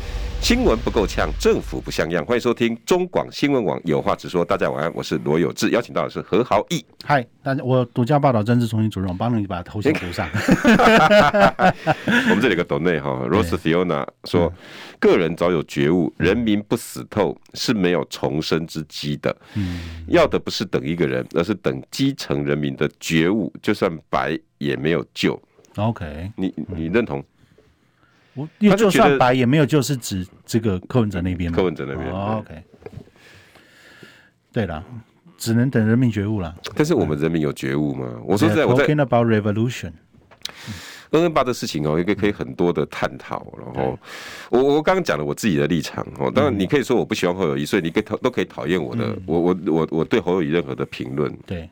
新闻不够呛，政府不像样。欢迎收听中广新闻网，有话直说。大家晚安，我是罗有志，邀请到的是何豪毅。嗨，大家，我独家报道政治中心主任，我帮你把头衔补 *laughs* 上。我们这里有个 donate 哈，Rose Fiona 说，个人早有觉悟，人民不死透是没有重生之机的。要的不是等一个人，而是等基层人民的觉悟，就算白也没有救。 OK，你你认同我因为他就就觉得算白也没有，就是指这个柯文哲那边嗯嘛。柯文哲那边哦、OK，对了，只能等人民觉悟了。但是我们人民有觉悟吗？我说实在，我在 talking about revolution，恩恩巴的事情哦，一个可以很多的探讨。然后我我刚刚讲了我自己的立场哦，当然你可以说我不喜欢侯友谊，所以你可以讨都可以讨厌我的，我我我我对侯友谊任何的评论。对，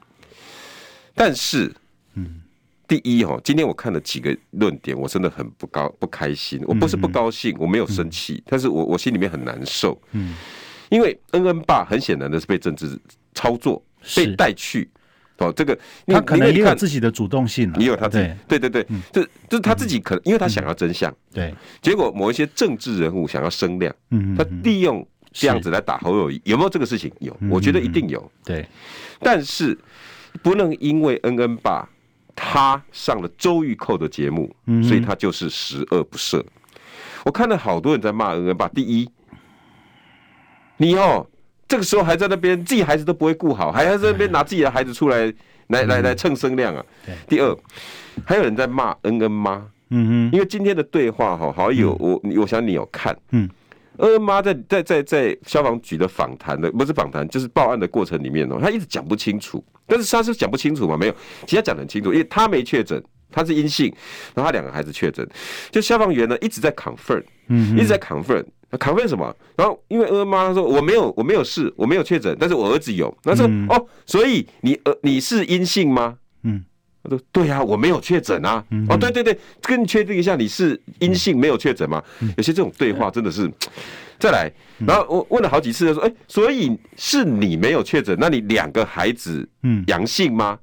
但是，嗯，第一哈，今天我看了几个论点，我真的很不高不开心。我不是不高兴，我没有生气，但是我我心里面很难受。嗯，因为恩恩爸很显然的是被政治操作，是被带去。哦，这个你他可因能为也你有看，自己的主动性了，也有他自己对对，嗯对对，这这是他自己可能，因为他想要真相，对，结果某一些政治人物想要声量，嗯，他嗯嗯利用这样子来打侯友谊，有没有这个事情？嗯有，我觉得一定有。对但是不能因为恩恩爸他上了周玉蔻的节目，所以他就是十恶不赦。我看到好多人在骂恩恩爸，第一，你哦，这个时候还在那边自己孩子都不会顾好，还还在那边拿自己的孩子出来来来来蹭声量啊对。第二，还有人在骂恩恩妈，嗯哼，因为今天的对话哈，好友我你我想你有看，嗯，二妈在在在在消防局的访谈的不是访谈，就是报案的过程里面哦，她一直讲不清楚，但是她是讲不清楚嘛，没有，其实她讲得很清楚，因为她没确诊，她是阴性，然后她两个孩子确诊，就消防员呢一直在 confirm，嗯一直在 confirm。confirm 什么？然后因为二妈她说我没有我没有事，我没有确诊，但是我儿子有。她说、哦，所以你呃你是阴性吗？嗯，他说：“对呀、我没有确诊啊。哦，对对对，跟你确定一下，你是阴性没有确诊吗？有些这种对话真的是，再来，然后我问了好几次，他说：“哎、所以是你没有确诊，那你两个孩子嗯阳性吗？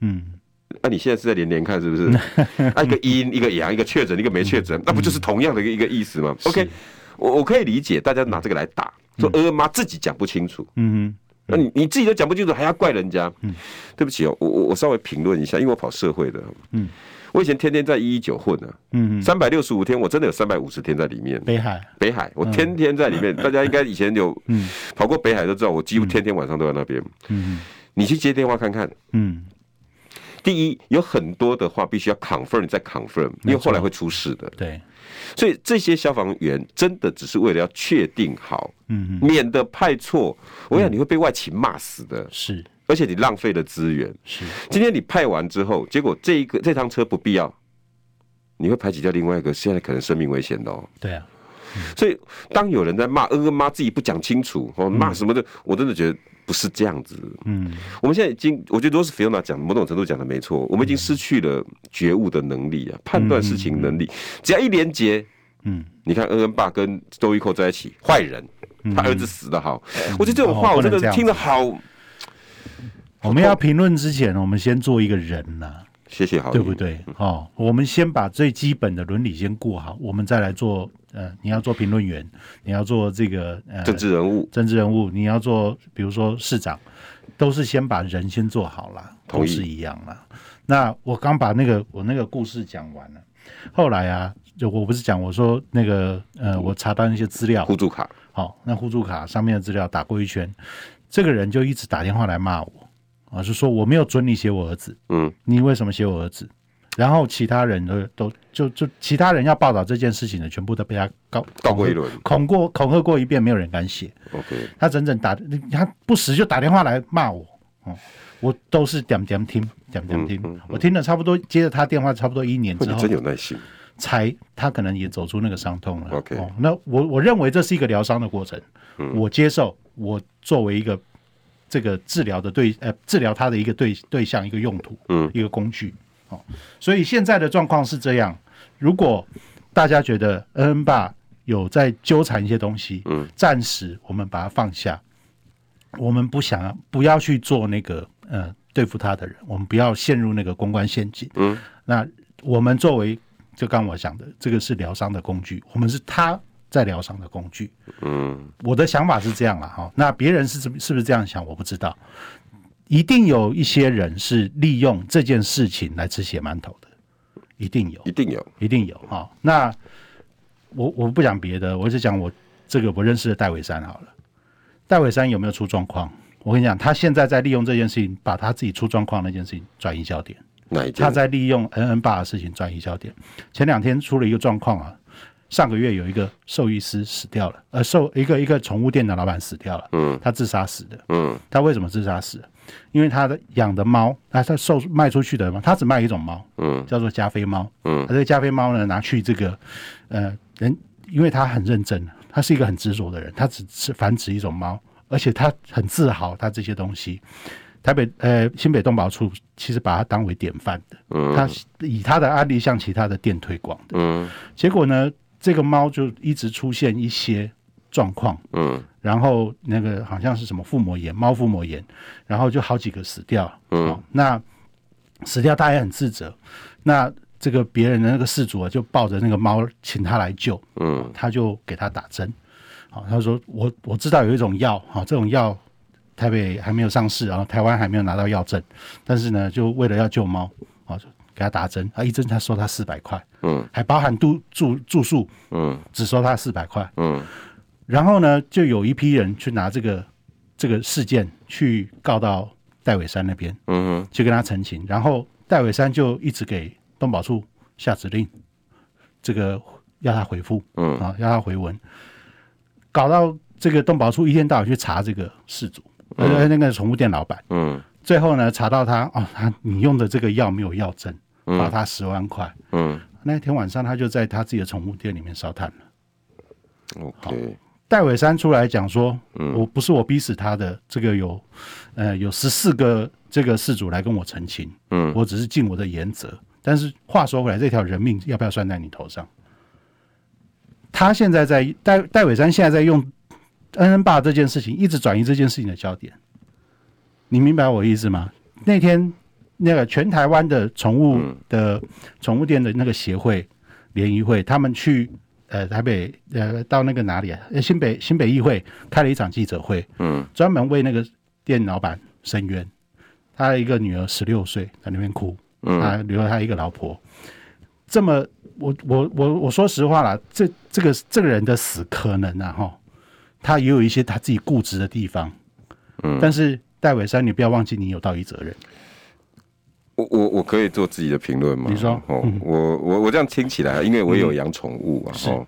嗯，那、你现在是在连连看是不是？啊，一个阴，一个阳，一个确诊，一个没确诊，那不就是同样的一个一个意思吗？OK，我我可以理解大家拿这个来打，说呃妈自己讲不清楚，嗯那你你自己都讲不清楚，还要怪人家？对不起哦，我我我稍微评论一下，因为我跑社会的，嗯，我以前天天在一一九混啊，哼，嗯哼，三百六十五天，我真的有三百五十天在里面。北海，北海，我天天在 *laughs* 里面，大家应该以前有嗯跑过北海都知道，我几乎天天晚上都在那边。嗯你去接电话看看，哼嗯，第一有很多的话必须要 confirm 再 confirm，因为后来会出事的。对，所以这些消防员真的只是为了要确定好，嗯哼，免得派错。我想你会被外勤骂死的，是而且你浪费了资源。是，今天你派完之后，结果这一个这趟车不必要，你会排挤掉另外一个现在可能生命危险的哦。对啊，所以当有人在骂恩恩妈自己不讲清楚哦，骂什么的，我真的觉得不是这样子。嗯，我们现在已经，我觉得罗斯菲欧娜讲某种程度讲的没错，我们已经失去了觉悟的能力啊，判断事情能力，只要一连结，嗯，你看恩恩爸跟周玉蔻在一起，坏人。他儿子死的好，我觉得这种话嗯我哦不能真的这样听得好，我们要评论之前，我们先做一个人呐、谢谢好，对不？对？哦，我们先把最基本的伦理先过好，我们再来做。呃，你要做评论员，你要做这个呃政治人物政治人物，你要做比如说市长，都是先把人先做好啦，同都意是一样啦。那我刚把那个我那个故事讲完了，后来啊，就我不是讲我说那个嗯呃，我查到那些资料，互助卡，好、那互助卡上面的资料打过一圈，这个人就一直打电话来骂我啊，就说我没有准你写我儿子，嗯，你为什么写我儿子？然后其他人都都就就其他人要报道这件事情的，全部都被他告告过一轮恐过恐吓过一遍，没有人敢写。 ，OK，他整整打，他不时就打电话来骂我，哦，我都是点点听，点点听，我听了差不多，接了他电话差不多一年之你后真，有耐心，才他可能也走出那个伤痛了。 OK 嗯哦，那我我认为这是一个疗伤的过程，我接受，我作为一个这个治疗的对呃治疗他的一个对对象一个用途，嗯，一个工具，哦，所以现在的状况是这样，如果大家觉得恩恩爸有在纠缠一些东西，嗯，暂时我们把它放下，我们不想要不要去做那个呃对付他的人，我们不要陷入那个公关陷阱。嗯，那我们作为就刚我讲的，这个是疗伤的工具，我们是他在疗伤的工具。嗯，我的想法是这样了哈，那别人是怎么是不是这样想，我不知道。一定有一些人是利用这件事情来吃血馒头的，一定有一。定有，一定有哈、那我我不讲别的，我只讲我这个我认识的戴伟山好了。戴伟山有没有出状况？我跟你讲，他现在在利用这件事情，把他自己出状况那件事情转移焦点。哪一件他？在利用恩恩爸的事情转移焦点。前两天出了一个状况啊，上个月有一个兽医师死掉了，呃，兽一个一个宠物店的老板死掉了，嗯，他自杀死的。嗯，他为什么自杀死？因为他的养的猫，啊，他售卖出去的猫，他只卖一种猫，嗯，叫做加菲猫，嗯他这个加菲猫呢拿去这个，呃，人，因为他很认真，他是一个很执着的人，他只只繁殖一种猫，而且他很自豪他这些东西。台北呃新北动保处其实把它当为典范的，嗯他以他的案例向其他的店推广的，嗯结果呢，这个猫就一直出现一些状况，嗯然后那个好像是什么腹膜炎，猫腹膜炎，然后就好几个死掉。嗯哦那死掉他也很自责。那这个别人的那个事主啊，就抱着那个猫请他来救，嗯他就给他打针。好、他说我我知道有一种药，好、这种药台北还没有上市，然后台湾还没有拿到药证，但是呢，就为了要救猫，好、就给他打针，啊，一针他收他四百块，嗯还包含住住住宿，嗯只收他四百块。嗯然后呢，就有一批人去拿这个这个事件去告到戴伟山那边，嗯去跟他澄清。然后戴伟山就一直给东宝处下指令，这个要他回复嗯啊，要他回文，搞到这个东宝处一天到晚去查这个事主，呃，那个宠物店老板。嗯最后呢，查到他哦，他你用的这个药没有药证，罚他十万块。嗯那天晚上，他就在他自己的宠物店里面烧炭了。 ，OK，戴伟山出来讲说，我不是我逼死他的，这个有，呃，有十四个这个事主来跟我澄清，嗯我只是尽我的原则。但是话说回来，这条人命要不要算在你头上？他现在在戴戴伟山现在在用恩恩爸这件事情，一直转移这件事情的焦点。你明白我意思吗？那天那个全台湾的宠物的宠物店的那个协会联谊会，他们去呃台北呃到那个哪里啊？呃新北新北议会开了一场记者会，嗯专门为那个店老板申冤。他的一个女儿十六岁在那边哭，他嗯留了他一个老婆。这么，我我我我说实话啦，这这个这个人的死可能啊哈，他也有一些他自己固执的地方。嗯但是戴伟山，你不要忘记你有道义责任。我我我可以做自己的评论吗？你说哦，我我我这样听起来，因为我有养宠物啊，是哦。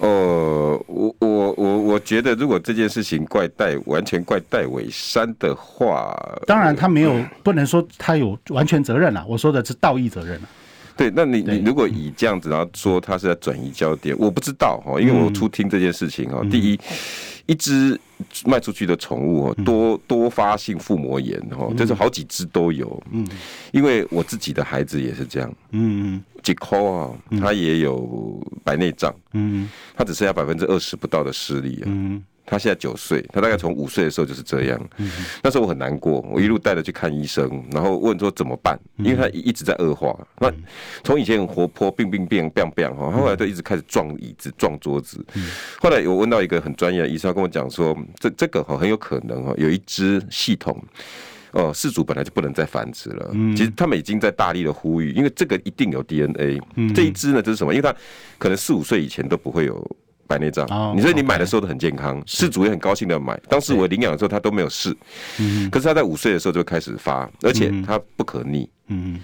哦，我我我我觉得，如果这件事情怪戴完全怪戴伟山的话，当然，他没有不能说他有完全责任啦，我说的是道义责任啦。对，那你对你如果以这样子，然后说他是在转移焦点，我不知道哈，因为我初听这件事情哈，嗯第一，一只卖出去的宠物哦，嗯多多发性腹膜炎哈，就是好几只都有，嗯，因为我自己的孩子也是这样，嗯几抠啊，他也有白内障，嗯他只剩下百分之二十不到的视力啊。嗯他现在九岁，他大概从五岁的时候就是这样。那时候我很难过，我一路带着去看医生，然后问说怎么办，因为他一直在恶化。那从以前很活泼，病病病病病哈，后来就一直开始撞椅子、撞桌子。后来有问到一个很专业的医生，他跟我讲说，这这个哈很有可能哈有一只系统呃，氏族本来就不能再繁殖了。嗯其实他们已经在大力的呼吁，因为这个一定有 DNA。这嗯一只呢，这是什么？因为它可能四五岁以前都不会有白内障哦，你说你买的时候都很健康，氏族也很高兴的买。当时我领养的时候，它都没有事，嗯可是它在五岁的时候就开始发，而且它不可逆。嗯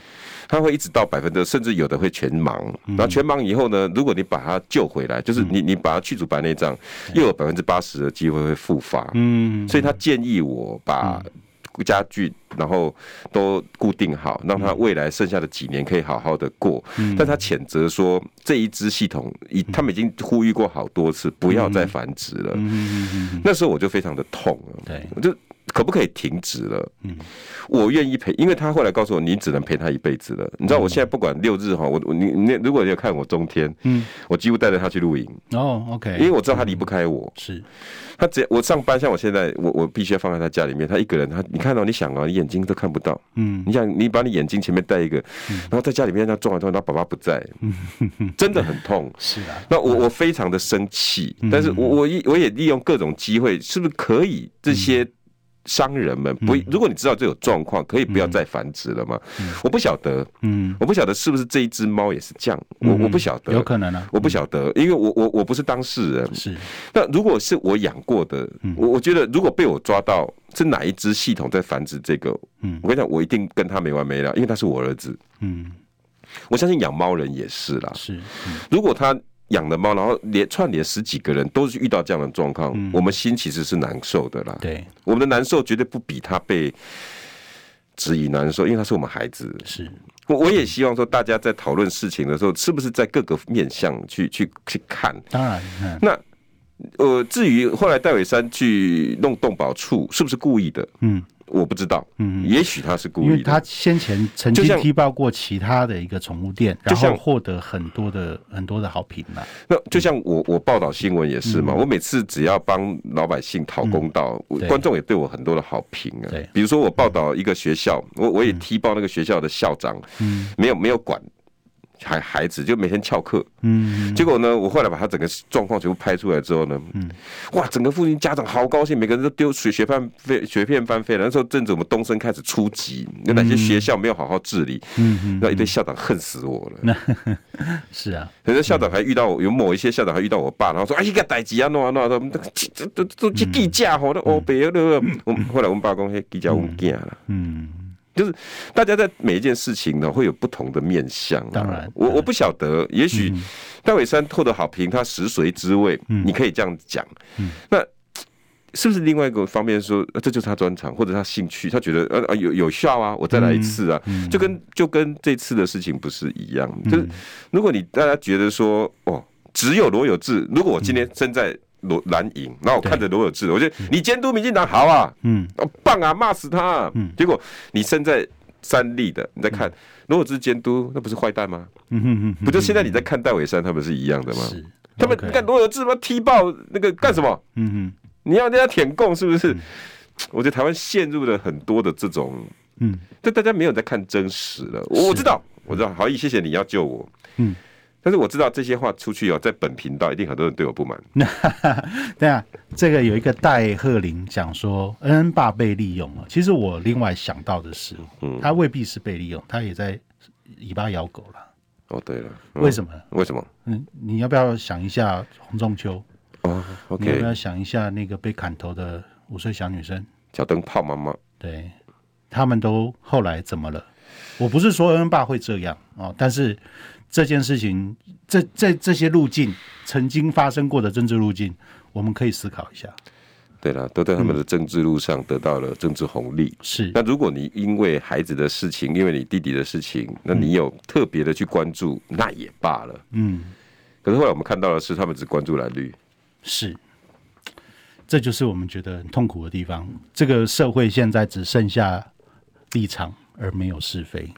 它会一直到百分之，甚至有的会全盲。然后全盲以后呢，如果你把它救回来，嗯就是你你把它去除白内障，又有百分之八十的机会会复发。嗯所以他建议我把家具然后都固定好，让他未来剩下的几年可以好好的过。嗯但他谴责说这一支系统，已他们已经呼吁过好多次，不要再繁殖嗯了。那时候我就非常的痛了，对，我就可不可以停止了？嗯我愿意陪，因为他后来告诉我，你只能陪他一辈子了。你知道我现在不管六日哈，我我你你如果你有看我中天，嗯我几乎带着他去露营，哦因为，OK，我知道他离不开我。是，他只要我上班，像我现在，我我必须要放在他家里面。他一个人，他你看到、你想啊，你眼睛都看不到。嗯你想，你把你眼睛前面戴一个，然后在家里面让他撞来撞去，他爸爸不在，嗯真的很痛。是啊，那我我非常的生气，嗯但是我我一我也利用各种机会，是不是可以这嗯些商人们不？如果你知道这有状况，可以不要再繁殖了吗？我不晓得，嗯，我不晓得是不是这一只猫也是这样，我我不晓有得，可能啊，我不晓得，因为我我我不是当事人，是，那如果是我养过的，嗯我我觉得如果被我抓到是哪一只系统在繁殖这个，嗯我跟你讲，我一定跟他没完没了，因为他是我儿子。嗯我相信养猫人也是啦。是，如果他养的猫，然后连串联十几个人都是遇到这样的状况，我们心其实是难受的啦。嗯对，我们的难受绝对不比他被质疑难受，因为他是我们孩子。是，我我也希望说，大家在讨论事情的时候，是不是在各个面向去去去看？当然，嗯那呃，至于后来戴伟山去弄动保处是不是故意的，嗯，我不知道，嗯，也许他是故因为意他的。先前曾就经像踢爆过其他的一个宠物店，就然像后获得很多的很多的好评了，那就像我我报道新闻也是嘛，我每次只要帮老百姓讨公道，我对观众也对我很多的好评啊对。比如说我报道一个学校，我我也踢爆那个学校的校长，没有没有管孩孩子，就每天翘课，嗯，结果呢，我后来把他整个状况全部拍出来之后呢，哇，整个附近家长好高兴，每个人都丢学学范费学片翻飞了。那时候正值我们东升开始初级，有哪些学校没有好好治理，那一堆校长恨死我了。是啊，很多校长还遇到我，有某一些校长还遇到我爸，然后说：“哎，一个代志啊，弄啊弄啊，弄啊这这这这这计价吼，那哦别了。”我们后来我们爸讲，嘿，计价我们见了。嗯，就是大家在每一件事情呢，会有不同的面向、啊。当然嗯我我不晓得，也许戴伟山获得好评，他食髓知味，嗯你可以这样讲。那嘖是不是另外一个方面说，呃这就是他专长或者他兴趣？他觉得呃呃有有效啊，我再来一次啊，嗯就跟就跟这次的事情不是一样。就是如果你大家觉得说哦，只有罗有志，如果我嗯今天身在罗蓝营，然后我看着罗有志，我觉得你监督民进党好啊，嗯，哦，棒啊，骂死他、啊！结果你身在三立的，你在看罗有志监督，那不是坏蛋吗？嗯哼哼哼，不就现在你在看戴伟山他们是一样的吗？是，他们 OK 你看罗有志他妈踢爆那个干什么？嗯哼，你要人家舔共是不是？我觉得台湾陷入了很多的这种，嗯，但大家没有在看真实了。我我知道，我知道，好意，谢谢你要救我，嗯。但是我知道这些话出去哦，在本频道一定很多人对我不满。嗯对啊，这个有一个戴鹤林讲说，恩恩爸被利用了。其实我另外想到的是，他未必是被利用，他也在尾巴咬狗了。哦，对了，哦为什么？为什么？嗯，你要不要想一下洪仲秋？哦你要不，OK，要想一下那个被砍头的五岁小女生？小灯泡妈妈，对，他们都后来怎么了？我不是说恩爸会这样哦，但是这件事情，这这这些路径曾经发生过的政治路径，我们可以思考一下。对了，都在他们的政治路上得到了政治红利。是，那如果你因为孩子的事情，因为你弟弟的事情，那你有特别的去关注，那也罢了。嗯。可是后来我们看到的是，他们只关注蓝绿。是，这就是我们觉得很痛苦的地方。这个社会现在只剩下立场，而没有是非。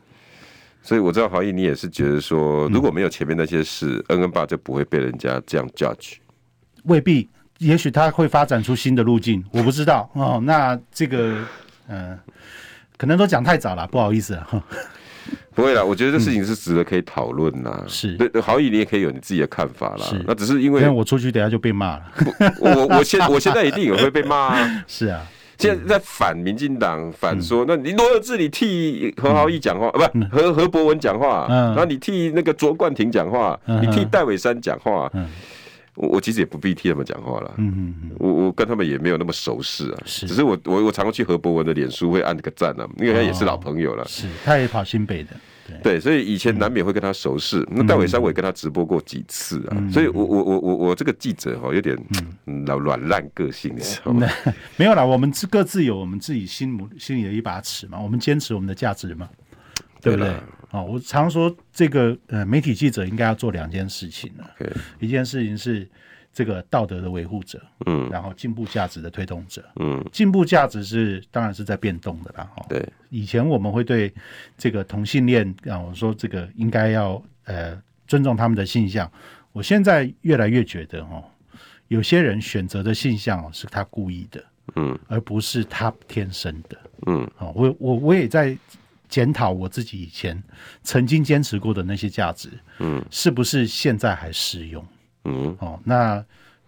所以我知道豪毅，你也是觉得说，如果没有前面那些事，恩恩爸就不会被人家这样 judge。未必，也许他会发展出新的路径，我不知道哦。那这个，嗯、可能都讲太早了，不好意思啊。呵不会啦，我觉得这事情是值得可以讨论啦。是对，豪毅你也可以有你自己的看法啦是。那只是因因为为我出去等下就被骂了。 *laughs* 我我我现我现在一定也会被骂啊。是啊，现在在反民进党，反说，嗯那你罗有志你替何豪毅讲话，啊不何何伯文讲话，嗯然后你替那个卓冠廷讲话，嗯你替戴伟山讲话嗯，我我其实也不必替他们讲话了。嗯嗯我我跟他们也没有那么熟识啊，是哦只是我我我常常去何伯文的脸书会按个赞啊，因为他也是老朋友了，是，嗯他也跑新北的，对，对，所以以前难免会跟他熟识。嗯那戴伟山我也跟他直播过几次啊，所以我我我我我这个记者哈、有点嗯老软烂个性，你知道嗯吗？没有啦，我们自各自有我们自己心目心里的一把尺嘛，我们坚持我们的价值嘛，对不对对啦？哦，我常说这个呃，媒体记者应该要做两件事情呢、啊对一件事情是这个道德的维护者，嗯然后进步价值的推动者。嗯，进步价值是当然是在变动的啦。哦，对，以前我们会对这个同性恋啊，我说这个应该要呃尊重他们的性向。我现在越来越觉得哦，有些人选择的性向哦是他故意的，嗯而不是他天生的。嗯，哦，我我我也在检讨我自己以前曾经坚持过的那些价值，嗯，是不是现在还适用？嗯哦，那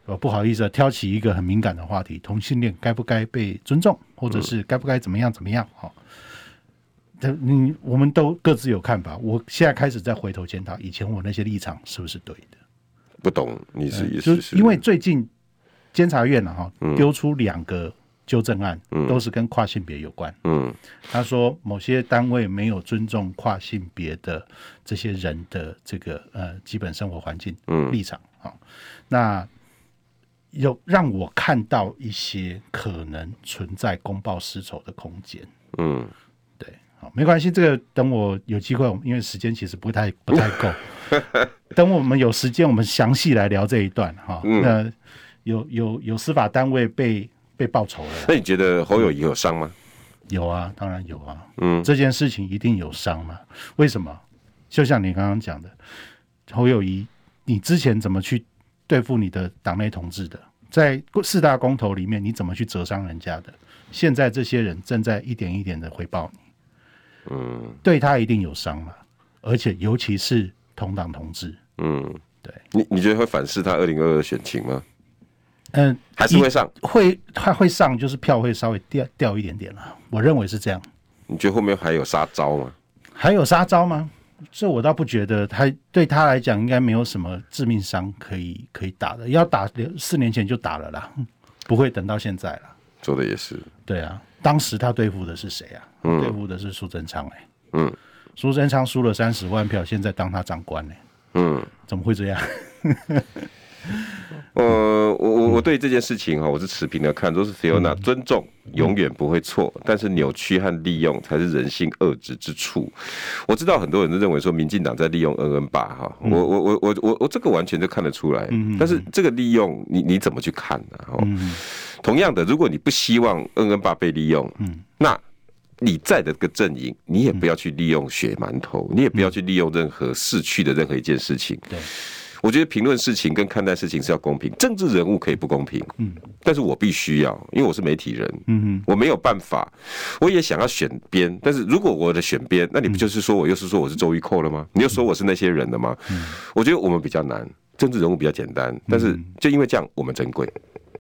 呃不好意思啊，挑起一个很敏感的话题，同性恋该不该被尊重，或者嗯是该不该怎么样怎么样？哦，这你我们都各自有看法。我现在开始再回头检讨以前我那些立场是不是对的。不懂你是意就思是嗯因为最近监察院呢、啊、哈丢出两个纠正案，都是跟跨性别有关。嗯他说某些单位没有尊重跨性别的这些人的这个呃基本生活环境嗯立场啊、那有让我看到一些可能存在公报私仇的空间。嗯对，好，没关系，这个等我有机会，我们因为时间其实不太不太够，等我们有时间，我们详细来聊这一段哈。那有有有司法单位被被报仇了啦，那你觉得侯友谊有伤吗？有啊，当然有啊，嗯这件事情一定有伤嘛？为什么？就像你刚刚讲的，侯友谊，你之前怎么去对付你的党内同志的？在四大公投里面，你怎么去折伤人家的？现在这些人正在一点一点的回报你，嗯，对他一定有伤了，而且尤其是同党同志，嗯，对，你你觉得会反噬他二零二二选情吗？嗯、还是会上？会他会上，就是票会稍微掉掉一点点了，我认为是这样。你觉得后面还有杀招吗？还有杀招吗？这我倒不觉得，他对他来讲应该没有什么致命伤可以可以打的，要打四年前就打了啦，不会等到现在了。说的也是，对啊，当时他对付的是谁啊？对付的是苏贞昌哎、嗯苏贞昌输了三十万票，现在当他长官呢、欸嗯。怎么会这样？呃，我我我对这件事情哈，我是持平的看，都是 Fiona 尊重永远不会错，但是扭曲和利用才是人性恶质之处。我知道很多人都认为说民进党在利用恩恩爸哈，我我我我我我这个完全就看得出来，但是这个利用你你怎么去看呢、哦哈，嗯同样的，如果你不希望恩恩爸被利用，那。你在的这个阵营，你也不要去利用血馒头，你也不要去利用任何逝去的任何一件事情。我觉得评论事情跟看待事情是要公平，政治人物可以不公平，嗯，但是我必须要，因为我是媒体人，嗯，我没有办法，我也想要选边，但是如果我的选边，那你不就是说我又是说我是周玉蔻了吗？你又说我是那些人了吗？我觉得我们比较难，政治人物比较简单，但是就因为这样，我们珍贵，